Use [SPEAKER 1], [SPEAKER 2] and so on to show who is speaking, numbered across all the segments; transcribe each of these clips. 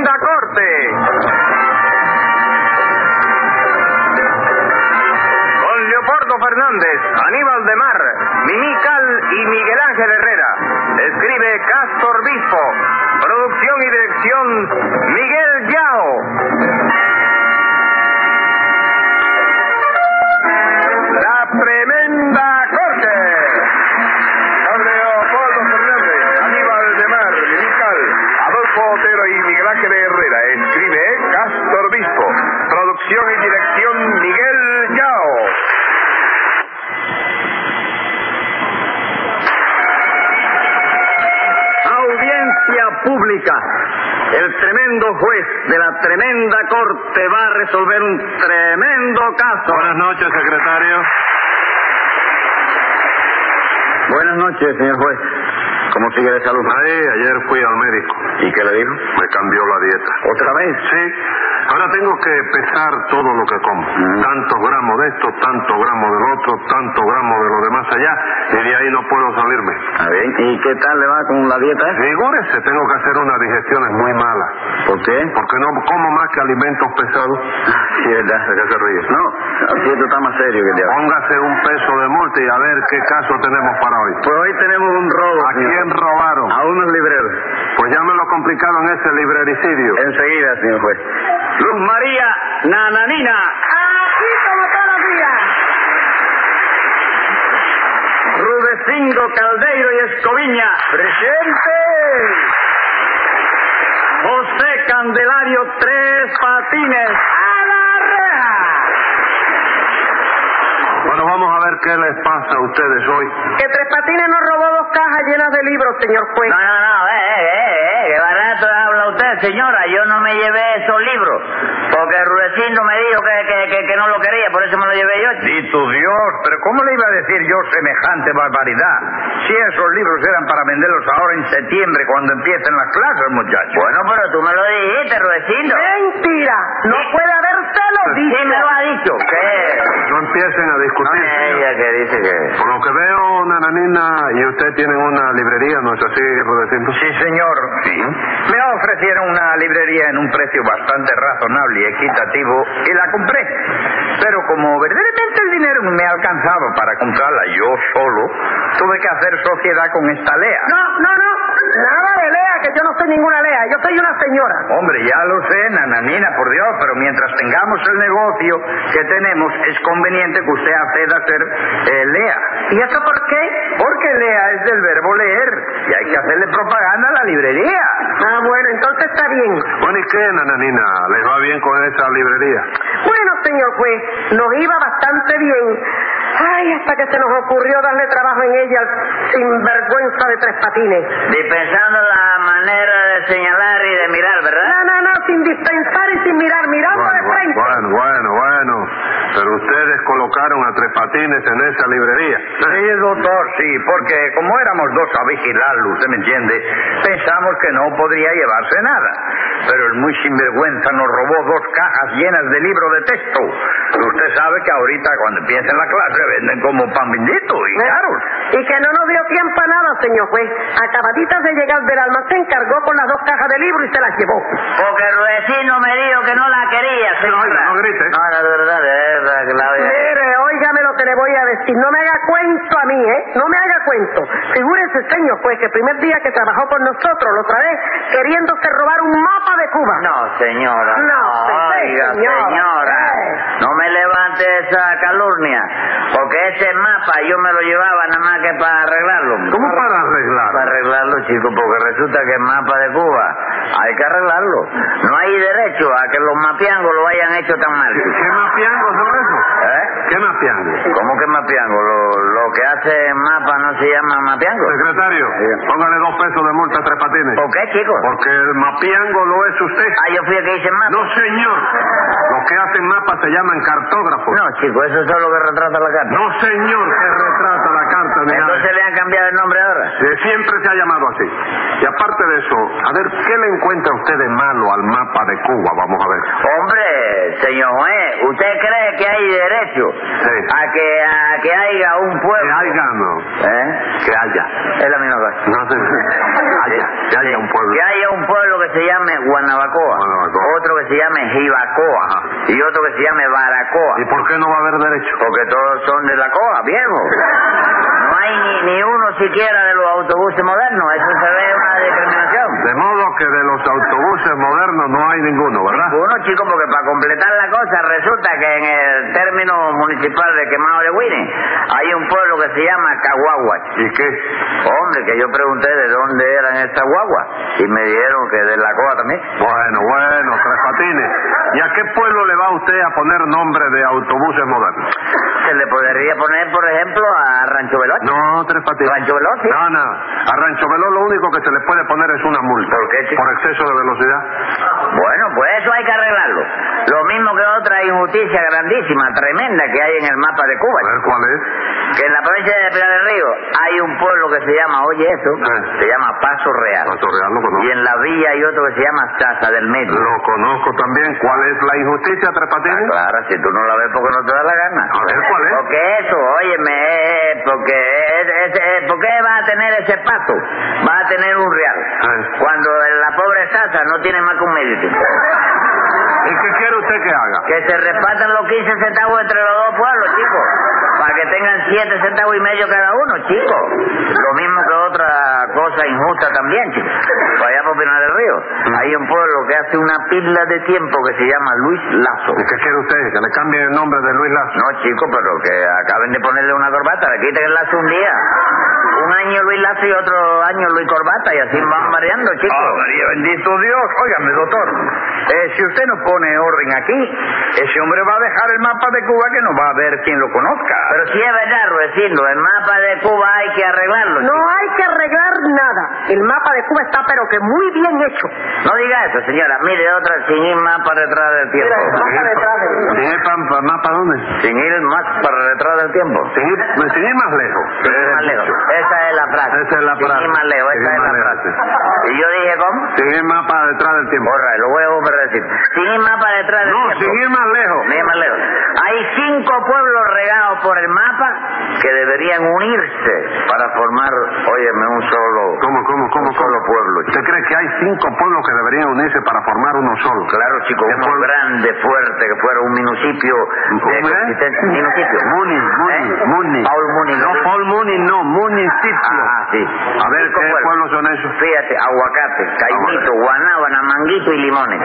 [SPEAKER 1] Norte. Con Leopoldo Fernández, Aníbal de Mar, Mimical y Miguel Ángel Herrera. Escribe Castor Bispo. Producción y dirección Miguel Yao. La tremenda corte. Con Leopoldo Fernández, Aníbal de Mar, Mimical, Adolfo Otero y Miguel Ángel Herrera. Escribe Castor Bispo. Producción y dirección Miguel Yao.
[SPEAKER 2] Audiencia pública. El tremendo juez de la tremenda corte va a resolver un tremendo caso.
[SPEAKER 3] Buenas noches, secretario.
[SPEAKER 2] Buenas noches, señor juez. ¿Cómo sigue de salud?
[SPEAKER 3] Ahí, ayer fui al médico.
[SPEAKER 2] ¿Y qué le dijo?
[SPEAKER 3] Me cambió la dieta.
[SPEAKER 2] ¿Otra vez?
[SPEAKER 3] Sí. Ahora tengo que pesar todo lo que como.
[SPEAKER 2] Mm.
[SPEAKER 3] Tantos gramos de esto, tantos gramos del otro, tantos gramos de lo demás allá. Y de ahí no puedo salirme.
[SPEAKER 2] Ah, bien. ¿Y qué tal le va con la dieta?
[SPEAKER 3] Vigórese, tengo que hacer unas digestiones muy malas.
[SPEAKER 2] ¿Por qué? Ah,
[SPEAKER 3] Porque no como más que alimentos pesados.
[SPEAKER 2] Sí, verdad.
[SPEAKER 3] ¿De qué se ríe?
[SPEAKER 2] No, así esto está más serio que te
[SPEAKER 3] Póngase un peso de multa y a ver qué caso tenemos para hoy.
[SPEAKER 2] Pues hoy tenemos un robo.
[SPEAKER 3] ¿A
[SPEAKER 2] señor.
[SPEAKER 3] quién robaron?
[SPEAKER 2] A unos libreros.
[SPEAKER 3] Pues ya me lo complicaron ese librericidio.
[SPEAKER 2] Enseguida, señor juez. Luz María Nananina.
[SPEAKER 4] Aquí como todos los días.
[SPEAKER 2] Rudecindo Caldeiro y Escoviña. Presente. José Candelario Tres Patines.
[SPEAKER 4] A la reja.
[SPEAKER 3] Bueno, vamos a ver qué les pasa a ustedes hoy.
[SPEAKER 4] Que Tres Patines nos robó dos cajas llenas de libros, señor juez.
[SPEAKER 5] No, no, no, eh, eh, eh, eh, qué barato habla usted, señora. Yo no me llevé esos libros, porque Rudecindo me dijo que, que, que, que no lo quería, por eso me lo llevé yo.
[SPEAKER 1] Dito Dios, pero ¿cómo le iba a decir yo semejante barbaridad? Si esos libros eran para venderlos ahora en septiembre, cuando empiecen las clases, muchachos.
[SPEAKER 5] Bueno, pero tú me lo dijiste, Rudecindo.
[SPEAKER 4] Mentira. No
[SPEAKER 5] Sí.
[SPEAKER 4] puede habérselo dicho.
[SPEAKER 5] Sí me lo ha dicho. ¿Qué?
[SPEAKER 3] No empiecen a discutir.
[SPEAKER 5] Ella que dice que...
[SPEAKER 3] Por lo que veo, Nananina y usted tienen una librería, ¿no es así, Rudecindo?
[SPEAKER 1] Sí, señor. Me ofrecieron una librería en un precio bastante razonable y equitativo y la compré. Pero como verdaderamente el dinero no me alcanzaba para comprarla yo solo, tuve que hacer sociedad con esta Lea.
[SPEAKER 4] No, no, no. Nada de Lea, que yo no soy ninguna Lea. Yo soy una señora.
[SPEAKER 1] Hombre, ya lo sé, nananina, por Dios, pero mientras tengamos el negocio que tenemos, es conveniente que usted acceda a ser eh, Lea.
[SPEAKER 4] ¿Y eso por qué?
[SPEAKER 1] Porque Lea es del verbo leer y hay que hacerle propaganda a la librería.
[SPEAKER 4] Ah, bueno, entonces está bien.
[SPEAKER 3] Bueno, ¿y qué, Nananina? ¿Les va bien con esa librería?
[SPEAKER 4] Bueno, señor juez, nos iba bastante bien. Ay, hasta que se nos ocurrió darle trabajo en ella al sinvergüenza de Tres Patines.
[SPEAKER 5] Dispensando la manera de señalar y de mirar, ¿verdad?
[SPEAKER 4] No, no, no, sin dispensar y sin mirar, mirando de frente.
[SPEAKER 3] bueno, bueno, bueno. Pero ustedes colocaron a tres patines en esa librería.
[SPEAKER 1] Sí, doctor, sí, porque como éramos dos a vigilarlo, usted me entiende, pensamos que no podría llevarse nada. Pero el muy sinvergüenza nos robó dos cajas llenas de libro de texto. Usted sabe que ahorita cuando empiecen la clase venden como pan bendito y caros.
[SPEAKER 4] Y que no nos dio tiempo a nada, señor juez. Acabaditas de llegar del almacén, cargó con las dos cajas de libro y se las llevó.
[SPEAKER 5] Porque Rudecindo me dijo que no la quería, señora.
[SPEAKER 3] no grite.
[SPEAKER 5] No, no, de verdad, de verdad, que la voy a-
[SPEAKER 4] Mire, óigame lo que le voy a decir. No me haga cuento a mí, ¿eh? No me haga cuento. Figúrese, señor juez, que el primer día que trabajó con nosotros, lo otra vez, queriéndose robar un mapa de Cuba.
[SPEAKER 5] No, señora.
[SPEAKER 4] No, sí,
[SPEAKER 5] oiga,
[SPEAKER 4] señora.
[SPEAKER 5] señora.
[SPEAKER 4] Eh.
[SPEAKER 5] No me levante esa calumnia, porque ese mapa yo me lo llevaba nada más que para arreglarlo.
[SPEAKER 3] ¿Cómo para arreglar?
[SPEAKER 5] Para arreglarlo, chicos, porque resulta que el mapa de Cuba hay que arreglarlo. No hay derecho a que los mapiangos lo hayan hecho tan mal.
[SPEAKER 3] ¿Qué mapeando sobre eso?
[SPEAKER 5] ¿Eh?
[SPEAKER 3] ¿Qué mapeando?
[SPEAKER 5] ¿Cómo que mapiango? Lo, lo que hace mapa no se llama mapiango.
[SPEAKER 3] Secretario, póngale dos pesos de multa a tres patines.
[SPEAKER 5] ¿Por qué, chicos?
[SPEAKER 3] Porque el mapeando lo es usted.
[SPEAKER 5] Ah, yo fui el que hice el mapa.
[SPEAKER 3] No, señor. Los que hacen mapas se llaman cartógrafos.
[SPEAKER 5] No, chicos, eso es lo que retrata la carta.
[SPEAKER 3] No, señor, que retrata la carta ni nada.
[SPEAKER 5] Entonces le han cambiado el nombre ahora.
[SPEAKER 3] Eh, siempre se ha llamado así. Y aparte de eso, a ver, ¿qué le encuentra usted de malo al mapa de Cuba? Vamos a ver.
[SPEAKER 5] Hombre, señor juez, ¿usted cree que hay derecho
[SPEAKER 3] Sí.
[SPEAKER 5] a que a que haya un
[SPEAKER 3] Que
[SPEAKER 5] pueblo?
[SPEAKER 3] haya, no.
[SPEAKER 5] ¿Eh?
[SPEAKER 3] Que haya.
[SPEAKER 5] Es la misma cosa.
[SPEAKER 3] No, señor. Haya, que haya un pueblo.
[SPEAKER 5] Que haya un pueblo que se llame Guanabacoa.
[SPEAKER 3] Guanabacoa.
[SPEAKER 5] se llame Jibacoa y otro que se llame Baracoa.
[SPEAKER 3] ¿Y por qué no va a haber derecho?
[SPEAKER 5] Porque todos son de la coa, viejo. No hay ni, ni uno siquiera de los autobuses modernos. Eso se ve una discriminación.
[SPEAKER 3] De modo que de los autobuses modernos no hay ninguno, ¿verdad?
[SPEAKER 5] Uno, chico, porque para completar la cosa resulta que en el término municipal de Quemado de Winnie hay un pueblo que se llama Caguaguas.
[SPEAKER 3] ¿Y qué?
[SPEAKER 5] Hombre, que yo pregunté de dónde eran estas guaguas y me dijeron que de la coa también.
[SPEAKER 3] Bueno, bueno, tres patines. ¿Y a qué pueblo le va usted a poner nombre de autobuses modernos?
[SPEAKER 5] Se le podría poner, por ejemplo, a Rancho Veloz.
[SPEAKER 3] No, tres patines.
[SPEAKER 5] Rancho Veloz, sí.
[SPEAKER 3] No, no. A Rancho Veló lo único que se le puede poner es una multa.
[SPEAKER 5] ¿Por qué, chico?
[SPEAKER 3] Por exceso de velocidad.
[SPEAKER 5] Bueno, pues eso hay que arreglarlo. Lo mismo que otra injusticia grandísima, tremenda que hay en el mapa de Cuba.
[SPEAKER 3] A ver cuál es.
[SPEAKER 5] Que en la provincia de Pilar del Río hay un pueblo que se llama, oye eso,
[SPEAKER 3] Ah.
[SPEAKER 5] se llama Paso Real.
[SPEAKER 3] Paso Real lo conozco.
[SPEAKER 5] Y en la villa hay otro que se llama Casa del Medio. Ah,
[SPEAKER 3] Lo conozco también. ¿Cuál es la injusticia, tres patines?
[SPEAKER 5] Claro, si tú no la ves porque no te da la gana.
[SPEAKER 3] A ver, ¿cuál es?
[SPEAKER 5] Porque eso, óyeme, eh, porque eh, eh, eh, ¿por qué va a tener ese paso? Va a tener un real.
[SPEAKER 3] Ah.
[SPEAKER 5] Cuando la pobre Sasa no tiene más que un mérito.
[SPEAKER 3] ¿Y qué quiere usted que haga?
[SPEAKER 5] Que se repartan los 15 centavos entre los dos pueblos, chicos. Para que tengan 7 centavos y medio cada uno, chicos. Lo mismo que otra cosa injusta también, chicos. Para allá por Pinar del Río. Hay un pueblo que hace una pila de tiempo que se llama Luis Lazo.
[SPEAKER 3] ¿Y qué quiere usted? ¿Que le cambie el nombre de Luis Lazo?
[SPEAKER 5] No, chico, pero que acaben de ponerle una corbata, le quiten el lazo un día. Un año Luis Lazo y otro año Luis Corbata, y así van variando, chico.
[SPEAKER 1] Ah, María, bendito Dios. Óigame, doctor. eh, si usted no pone orden aquí, ese hombre va a dejar el mapa de Cuba que no va a haber quien lo conozca.
[SPEAKER 5] Pero si es verdad, Ruecindo, el mapa de Cuba hay que arreglarlo.
[SPEAKER 4] No
[SPEAKER 5] chico.
[SPEAKER 4] hay que arreglar nada. El mapa de Cuba está pero que muy bien hecho.
[SPEAKER 5] No diga eso, señora. Mire otra sin ir más para detrás del tiempo.
[SPEAKER 4] Mira, mapa detrás de-
[SPEAKER 3] ¿Sin ir pa- pa- más para dónde?
[SPEAKER 5] Sin ir más para detrás del tiempo.
[SPEAKER 3] Sin ir, sin ir más lejos.
[SPEAKER 5] Sin ir más lejos. Esa es la frase.
[SPEAKER 3] Esa es la
[SPEAKER 5] Sin
[SPEAKER 3] frase.
[SPEAKER 5] ir más lejos,
[SPEAKER 3] Sin
[SPEAKER 5] esa
[SPEAKER 3] ir
[SPEAKER 5] es la
[SPEAKER 3] más lejos.
[SPEAKER 5] frase. Y yo dije, ¿cómo?
[SPEAKER 3] Sin ir más para detrás del tiempo.
[SPEAKER 5] Borra, lo voy a volver a decir. Sin ir más para detrás del
[SPEAKER 3] No,
[SPEAKER 5] tiempo.
[SPEAKER 3] sin ir más lejos.
[SPEAKER 5] Mira, Marleo, Hay cinco pueblos regados por el mapa que deberían unirse para formar, óyeme, un solo,
[SPEAKER 3] ¿Cómo, cómo, cómo,
[SPEAKER 5] un
[SPEAKER 3] cómo?
[SPEAKER 5] solo pueblo.
[SPEAKER 3] ¿Usted cree que hay cinco pueblos que deberían unirse para formar uno solo?
[SPEAKER 5] Claro, chico,
[SPEAKER 3] ¿Qué
[SPEAKER 5] uno
[SPEAKER 3] pueblo?
[SPEAKER 5] grande, fuerte, que fuera un municipio de
[SPEAKER 3] ¿Cómo Eh, es?
[SPEAKER 5] consistencia. Municipio.
[SPEAKER 3] Muni, Muni,
[SPEAKER 5] ¿Eh?
[SPEAKER 3] Muni.
[SPEAKER 5] Paul Muni.
[SPEAKER 3] No, Paul Muni, no, municipio.
[SPEAKER 5] Ah, sí.
[SPEAKER 3] A ver,
[SPEAKER 5] Cinco
[SPEAKER 3] ¿qué pueblos son esos?
[SPEAKER 5] Fíjate, este, aguacate, caimito, guanábana, manguito y limones.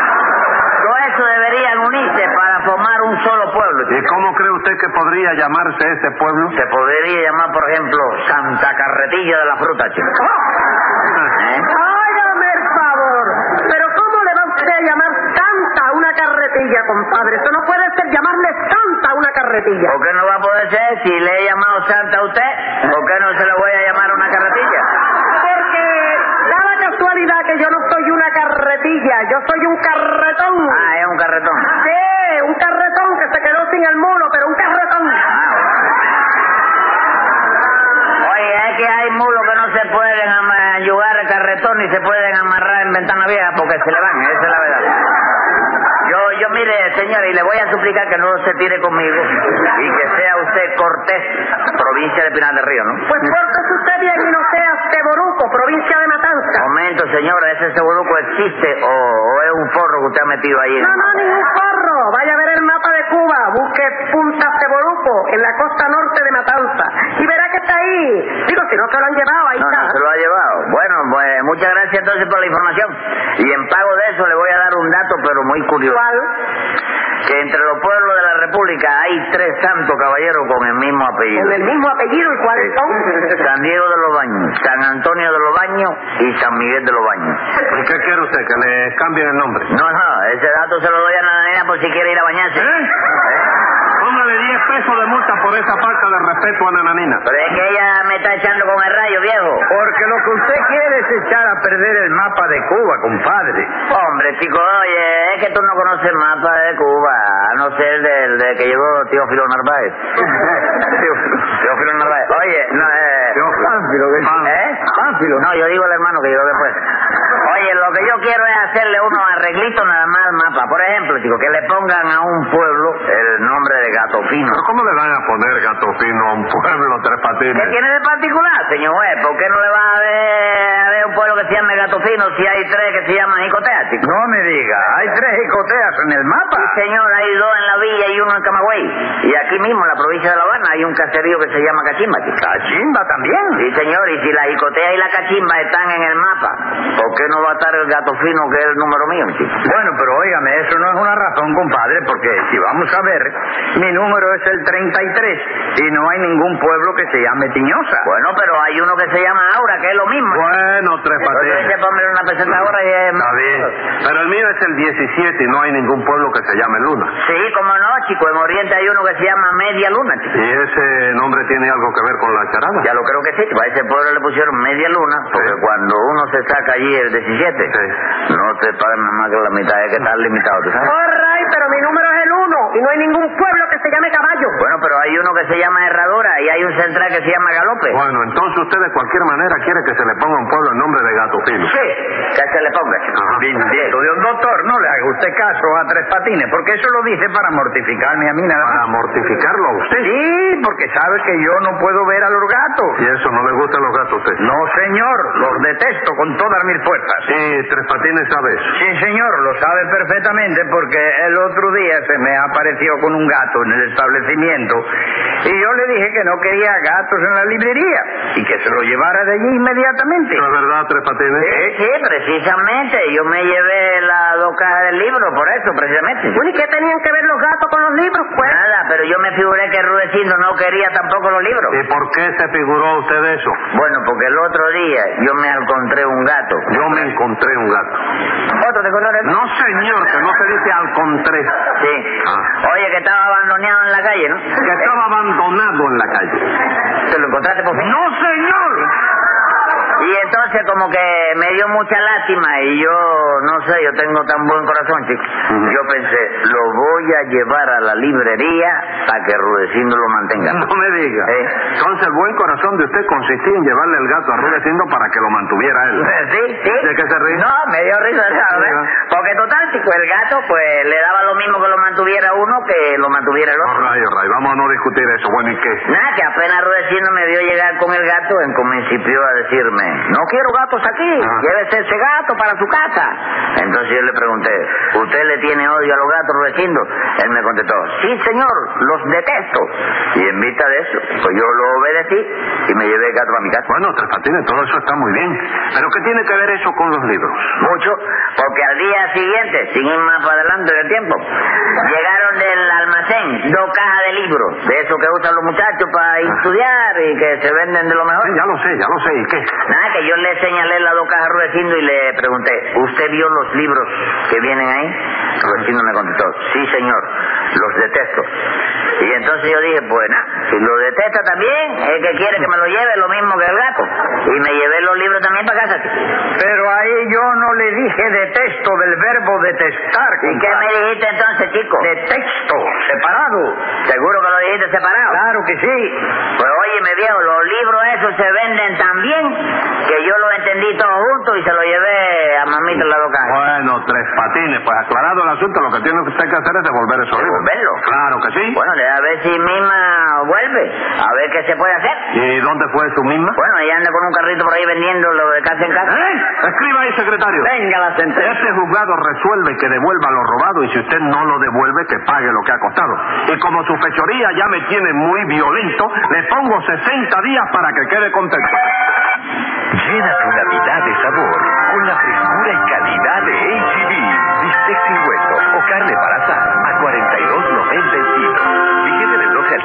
[SPEAKER 5] Todo eso deberían unirse para formar un solo pueblo, chico.
[SPEAKER 3] ¿Y cómo cree usted que podría llamarse ese pueblo?
[SPEAKER 5] Se podría llamar, por ejemplo, Santa Carretilla de la Fruta, chico. ¿Eh?
[SPEAKER 4] Hágame el favor. Pero ¿cómo le va usted a llamar santa a una carretilla, compadre? Eso no puede ser llamarle santa a una carretilla.
[SPEAKER 5] ¿Por qué no va a poder ser? Si le he llamado santa a usted, ¿por qué no se lo voy a llamar una carretilla?
[SPEAKER 4] Porque da la casualidad que yo no soy una carretilla, yo soy un carretón.
[SPEAKER 5] Ah, es un carretón.
[SPEAKER 4] Sí, un carretón que se quedó sin el mulo, pero un carretón.
[SPEAKER 5] Oye, es que hay mulos que no se pueden ama- ayudar al carretón ni se pueden amarrar en ventana vieja porque se le van, esa es la verdad. Yo, yo mire, señora, y le voy a suplicar que no se tire conmigo y que sea usted Cortés, provincia de Pinar del Río, ¿no?
[SPEAKER 4] Pues pórtese usted bien y no sea Teboruco, provincia de Matanza.
[SPEAKER 5] Momento, señora, ¿ese seguruco existe o, o es un forro que usted ha metido ahí? en-
[SPEAKER 4] No, no, ningún forro. Vaya a ver el mapa de Cuba. Busque Punta Teboruco en la costa norte de Matanza. Y verá que está ahí. Digo, si no se lo han llevado, ahí
[SPEAKER 5] No,
[SPEAKER 4] está.
[SPEAKER 5] no, se lo ha llevado. Bueno, pues muchas gracias entonces por la información. Y en pago de eso le voy a dar un dato, pero muy curioso.
[SPEAKER 4] ¿Cuál?
[SPEAKER 5] Que entre los pueblos de la República hay tres santos caballeros con el mismo apellido.
[SPEAKER 4] Con el mismo apellido y cuáles son.
[SPEAKER 5] San Diego de los Baños, San Antonio de los Baños y San Miguel de los Baños.
[SPEAKER 3] ¿Y qué quiere usted? ¿Que le cambien el nombre?
[SPEAKER 5] No, no, ese dato se lo doy a la nena por si quiere ir a bañarse.
[SPEAKER 4] ¿Eh?
[SPEAKER 3] Póngale 10 pesos de multa por esa falta de respeto a Nananina.
[SPEAKER 5] Pero es que ella me está echando con el rayo, viejo.
[SPEAKER 1] Porque lo que usted quiere es echar a perder el mapa de Cuba, compadre.
[SPEAKER 5] Hombre, chico, oye, es que tú no conoces el mapa de Cuba, a no ser del de que llegó Teófilo Narváez. Teófilo Teófilo Narváez. Oye, no, eh...
[SPEAKER 3] Teófilo. Pán-
[SPEAKER 5] ¿Eh? No, yo digo el hermano que llegó después. Oye, lo que yo quiero es hacerle unos arreglitos nada más al mapa. Por ejemplo, chico, que le pongan a un pueblo el nombre de gato fino.
[SPEAKER 3] ¿Pero cómo le van a poner gato fino a un pueblo tres
[SPEAKER 5] ¿Qué
[SPEAKER 3] patines?
[SPEAKER 5] tiene de particular, señor juez? ¿Por qué no le va a ver, a ver un pueblo que se llame Gato Fino si hay tres que se llaman Jicotea, chico?
[SPEAKER 1] No me diga, hay tres jicoteas en el mapa.
[SPEAKER 5] Sí, señor, hay dos en la villa y uno en Camagüey. Y aquí mismo, en la provincia de La Habana, hay un caserío que se llama Cachimba, chico.
[SPEAKER 1] Cachimba también.
[SPEAKER 5] Sí, señor, y si la Jicotea y la Cachimba están en el mapa, ¿por qué no va a estar el Gato Fino, que es el número mío, chico?
[SPEAKER 1] Bueno, pero óigame, eso no es una razón, compadre, porque si vamos a ver, mi número es el 33 y no hay ningún pueblo que se llame Tiñosa.
[SPEAKER 5] Bueno, pero hay uno que se llama Aura, que es lo mismo.
[SPEAKER 3] Bueno, tres
[SPEAKER 5] Entonces,
[SPEAKER 3] patines.
[SPEAKER 5] ese hombre era una presentadora y es...
[SPEAKER 3] Está bien. Pero el mío es el 17 y no hay ningún pueblo que se llame Luna.
[SPEAKER 5] Sí, como no, chico, en Oriente hay uno que se llama Media Luna, chico.
[SPEAKER 3] ¿Y ese nombre tiene algo que ver con la charada?
[SPEAKER 5] Ya lo creo que sí. A ese pueblo le pusieron media luna, porque
[SPEAKER 3] Sí.
[SPEAKER 5] cuando uno se saca allí el 17,
[SPEAKER 3] Sí.
[SPEAKER 5] no te pagan nada más que la mitad, es que estás limitado, ¿tú sabes?
[SPEAKER 4] All right, pero mi número es el uno y no hay ningún pueblo que se llame caballo.
[SPEAKER 5] Bueno, pero hay uno que se llama Herradura y hay un central que se llama Galope.
[SPEAKER 3] Bueno, entonces usted de cualquier manera quiere que se le ponga a un pueblo el nombre de gato fino.
[SPEAKER 5] Sí, que se le ponga, chico.
[SPEAKER 3] Ajá.
[SPEAKER 1] Bendito Dios, doctor, no le haga usted caso a tres patines, porque eso lo dice para mortificarme a mí nada
[SPEAKER 3] Para
[SPEAKER 1] más.
[SPEAKER 3] mortificarlo a usted.
[SPEAKER 1] Sí, porque sabe que yo no puedo ver a los gatos.
[SPEAKER 3] Y eso no le gustan los gatos a usted.
[SPEAKER 1] No, señor, los detesto con todas mis fuerzas.
[SPEAKER 3] Sí, tres patines sabe eso.
[SPEAKER 1] Sí, señor, lo sabe perfectamente porque el otro día se me apareció con un gato en el establecimiento y yo le dije que no quería gatos en la librería y que se lo llevara de allí inmediatamente.
[SPEAKER 3] ¿No es verdad, tres patines?
[SPEAKER 5] Sí,
[SPEAKER 4] eh,
[SPEAKER 5] sí, precisamente. Yo me llevé las dos cajas del libro por eso, precisamente.
[SPEAKER 4] Bueno, ¿y qué tenían que ver los gatos con los libros, pues?
[SPEAKER 5] Nada, pero yo me figuré que Rudecindo no quería tampoco los libros.
[SPEAKER 3] ¿Y por qué se figuró usted eso?
[SPEAKER 5] Bueno, porque el otro día yo me encontré un gato.
[SPEAKER 3] Yo me encontré un gato.
[SPEAKER 5] ¿Otro de colores?
[SPEAKER 3] No, señor, que no se dice al contré.
[SPEAKER 5] Sí.
[SPEAKER 3] Ah.
[SPEAKER 5] Oye, que estaba abandoneado en la calle, ¿no?
[SPEAKER 3] Que estaba abandonado en la calle.
[SPEAKER 5] ¿Te lo encontraste por fin?
[SPEAKER 3] ¡No, señor!
[SPEAKER 5] Y entonces como que me dio mucha lástima y yo, no sé, yo tengo tan buen corazón, chico.
[SPEAKER 3] Ujú.
[SPEAKER 5] Yo pensé, lo voy a llevar a la librería para que Rudecindo lo mantenga.
[SPEAKER 3] No me diga.
[SPEAKER 5] Sí.
[SPEAKER 3] Entonces el buen corazón de usted consistía en llevarle el gato a Rudecindo para que lo mantuviera él.
[SPEAKER 5] Sí, sí.
[SPEAKER 3] ¿De qué se ríe?
[SPEAKER 5] No, me dio risa, ¿sabes?
[SPEAKER 3] Ajá.
[SPEAKER 5] Porque total, chico, el gato, pues, le daba lo mismo que lo mantuviera uno que lo mantuviera el otro.
[SPEAKER 3] Ray, ray, vamos a no discutir eso. Bueno, ¿y qué?
[SPEAKER 5] Nada, que apenas Rudecindo me vio llegar con el gato, en principio a decirme, no quiero gatos aquí,
[SPEAKER 3] Ah.
[SPEAKER 5] llévese ese gato para su casa. Entonces yo le pregunté, ¿usted le tiene odio a los gatos, Rudecindo? Él me contestó, sí señor, los detesto. Y en vista de eso, pues yo lo obedecí y me llevé el gato para mi casa.
[SPEAKER 3] Bueno, Tres Patines, todo eso está muy bien. Pero ¿qué tiene que ver eso con los libros?
[SPEAKER 5] Mucho, porque al día siguiente, sin ir más para adelante del tiempo, llegaron del almacén dos cajas de libros, de esos que usan los muchachos para estudiar y que se venden de lo mejor.
[SPEAKER 3] Sí, Eh, ya lo sé, ya lo sé. ¿Y qué?
[SPEAKER 5] Nada, Ah, que yo le señalé las dos cajas a Rudecindo y le pregunté, ¿usted vio los libros que vienen ahí? Rudecindo me contestó, sí señor, los detesto. Y entonces yo dije, pues nada, si lo detesta también, es que quiere que me lo lleve, lo mismo que el gato. Y me llevé los libros también para casa.
[SPEAKER 1] Pero ahí yo no le dije detesto del verbo detestar.
[SPEAKER 5] ¿Y qué me
[SPEAKER 1] compadre.
[SPEAKER 5] dijiste entonces, chico?
[SPEAKER 1] Detexto, separado.
[SPEAKER 5] Seguro que lo dijiste separado.
[SPEAKER 1] Claro que sí.
[SPEAKER 5] Pues óyeme, viejo, los libros esos se venden tan bien que yo los entendí todos juntos y se los llevé a mamita en la boca.
[SPEAKER 3] Bueno, Tres Patines, pues aclarado el asunto, lo que tiene usted que hacer es devolver esos libros.
[SPEAKER 5] ¿Devolverlo?
[SPEAKER 3] Claro que sí.
[SPEAKER 5] Pues, Bueno, a ver si misma vuelve, a ver qué se puede hacer.
[SPEAKER 3] ¿Y dónde fue su misma?
[SPEAKER 5] Bueno, ella anda con un carrito por ahí vendiendo lo de casa en casa.
[SPEAKER 3] ¿Eh? Escriba ahí, secretario.
[SPEAKER 5] Venga la sentencia.
[SPEAKER 3] Este juzgado resuelve que devuelva lo robado y si usted no lo devuelve, que pague lo que ha costado. Y como su fechoría ya me tiene muy violento, le pongo 60 días para que quede contento.
[SPEAKER 6] Llena tu Navidad de sabor con la frescura y calidad de H-E-B. Bistec sin hueso o carne para asar a 42.90 el kilo. Vigente del 12 al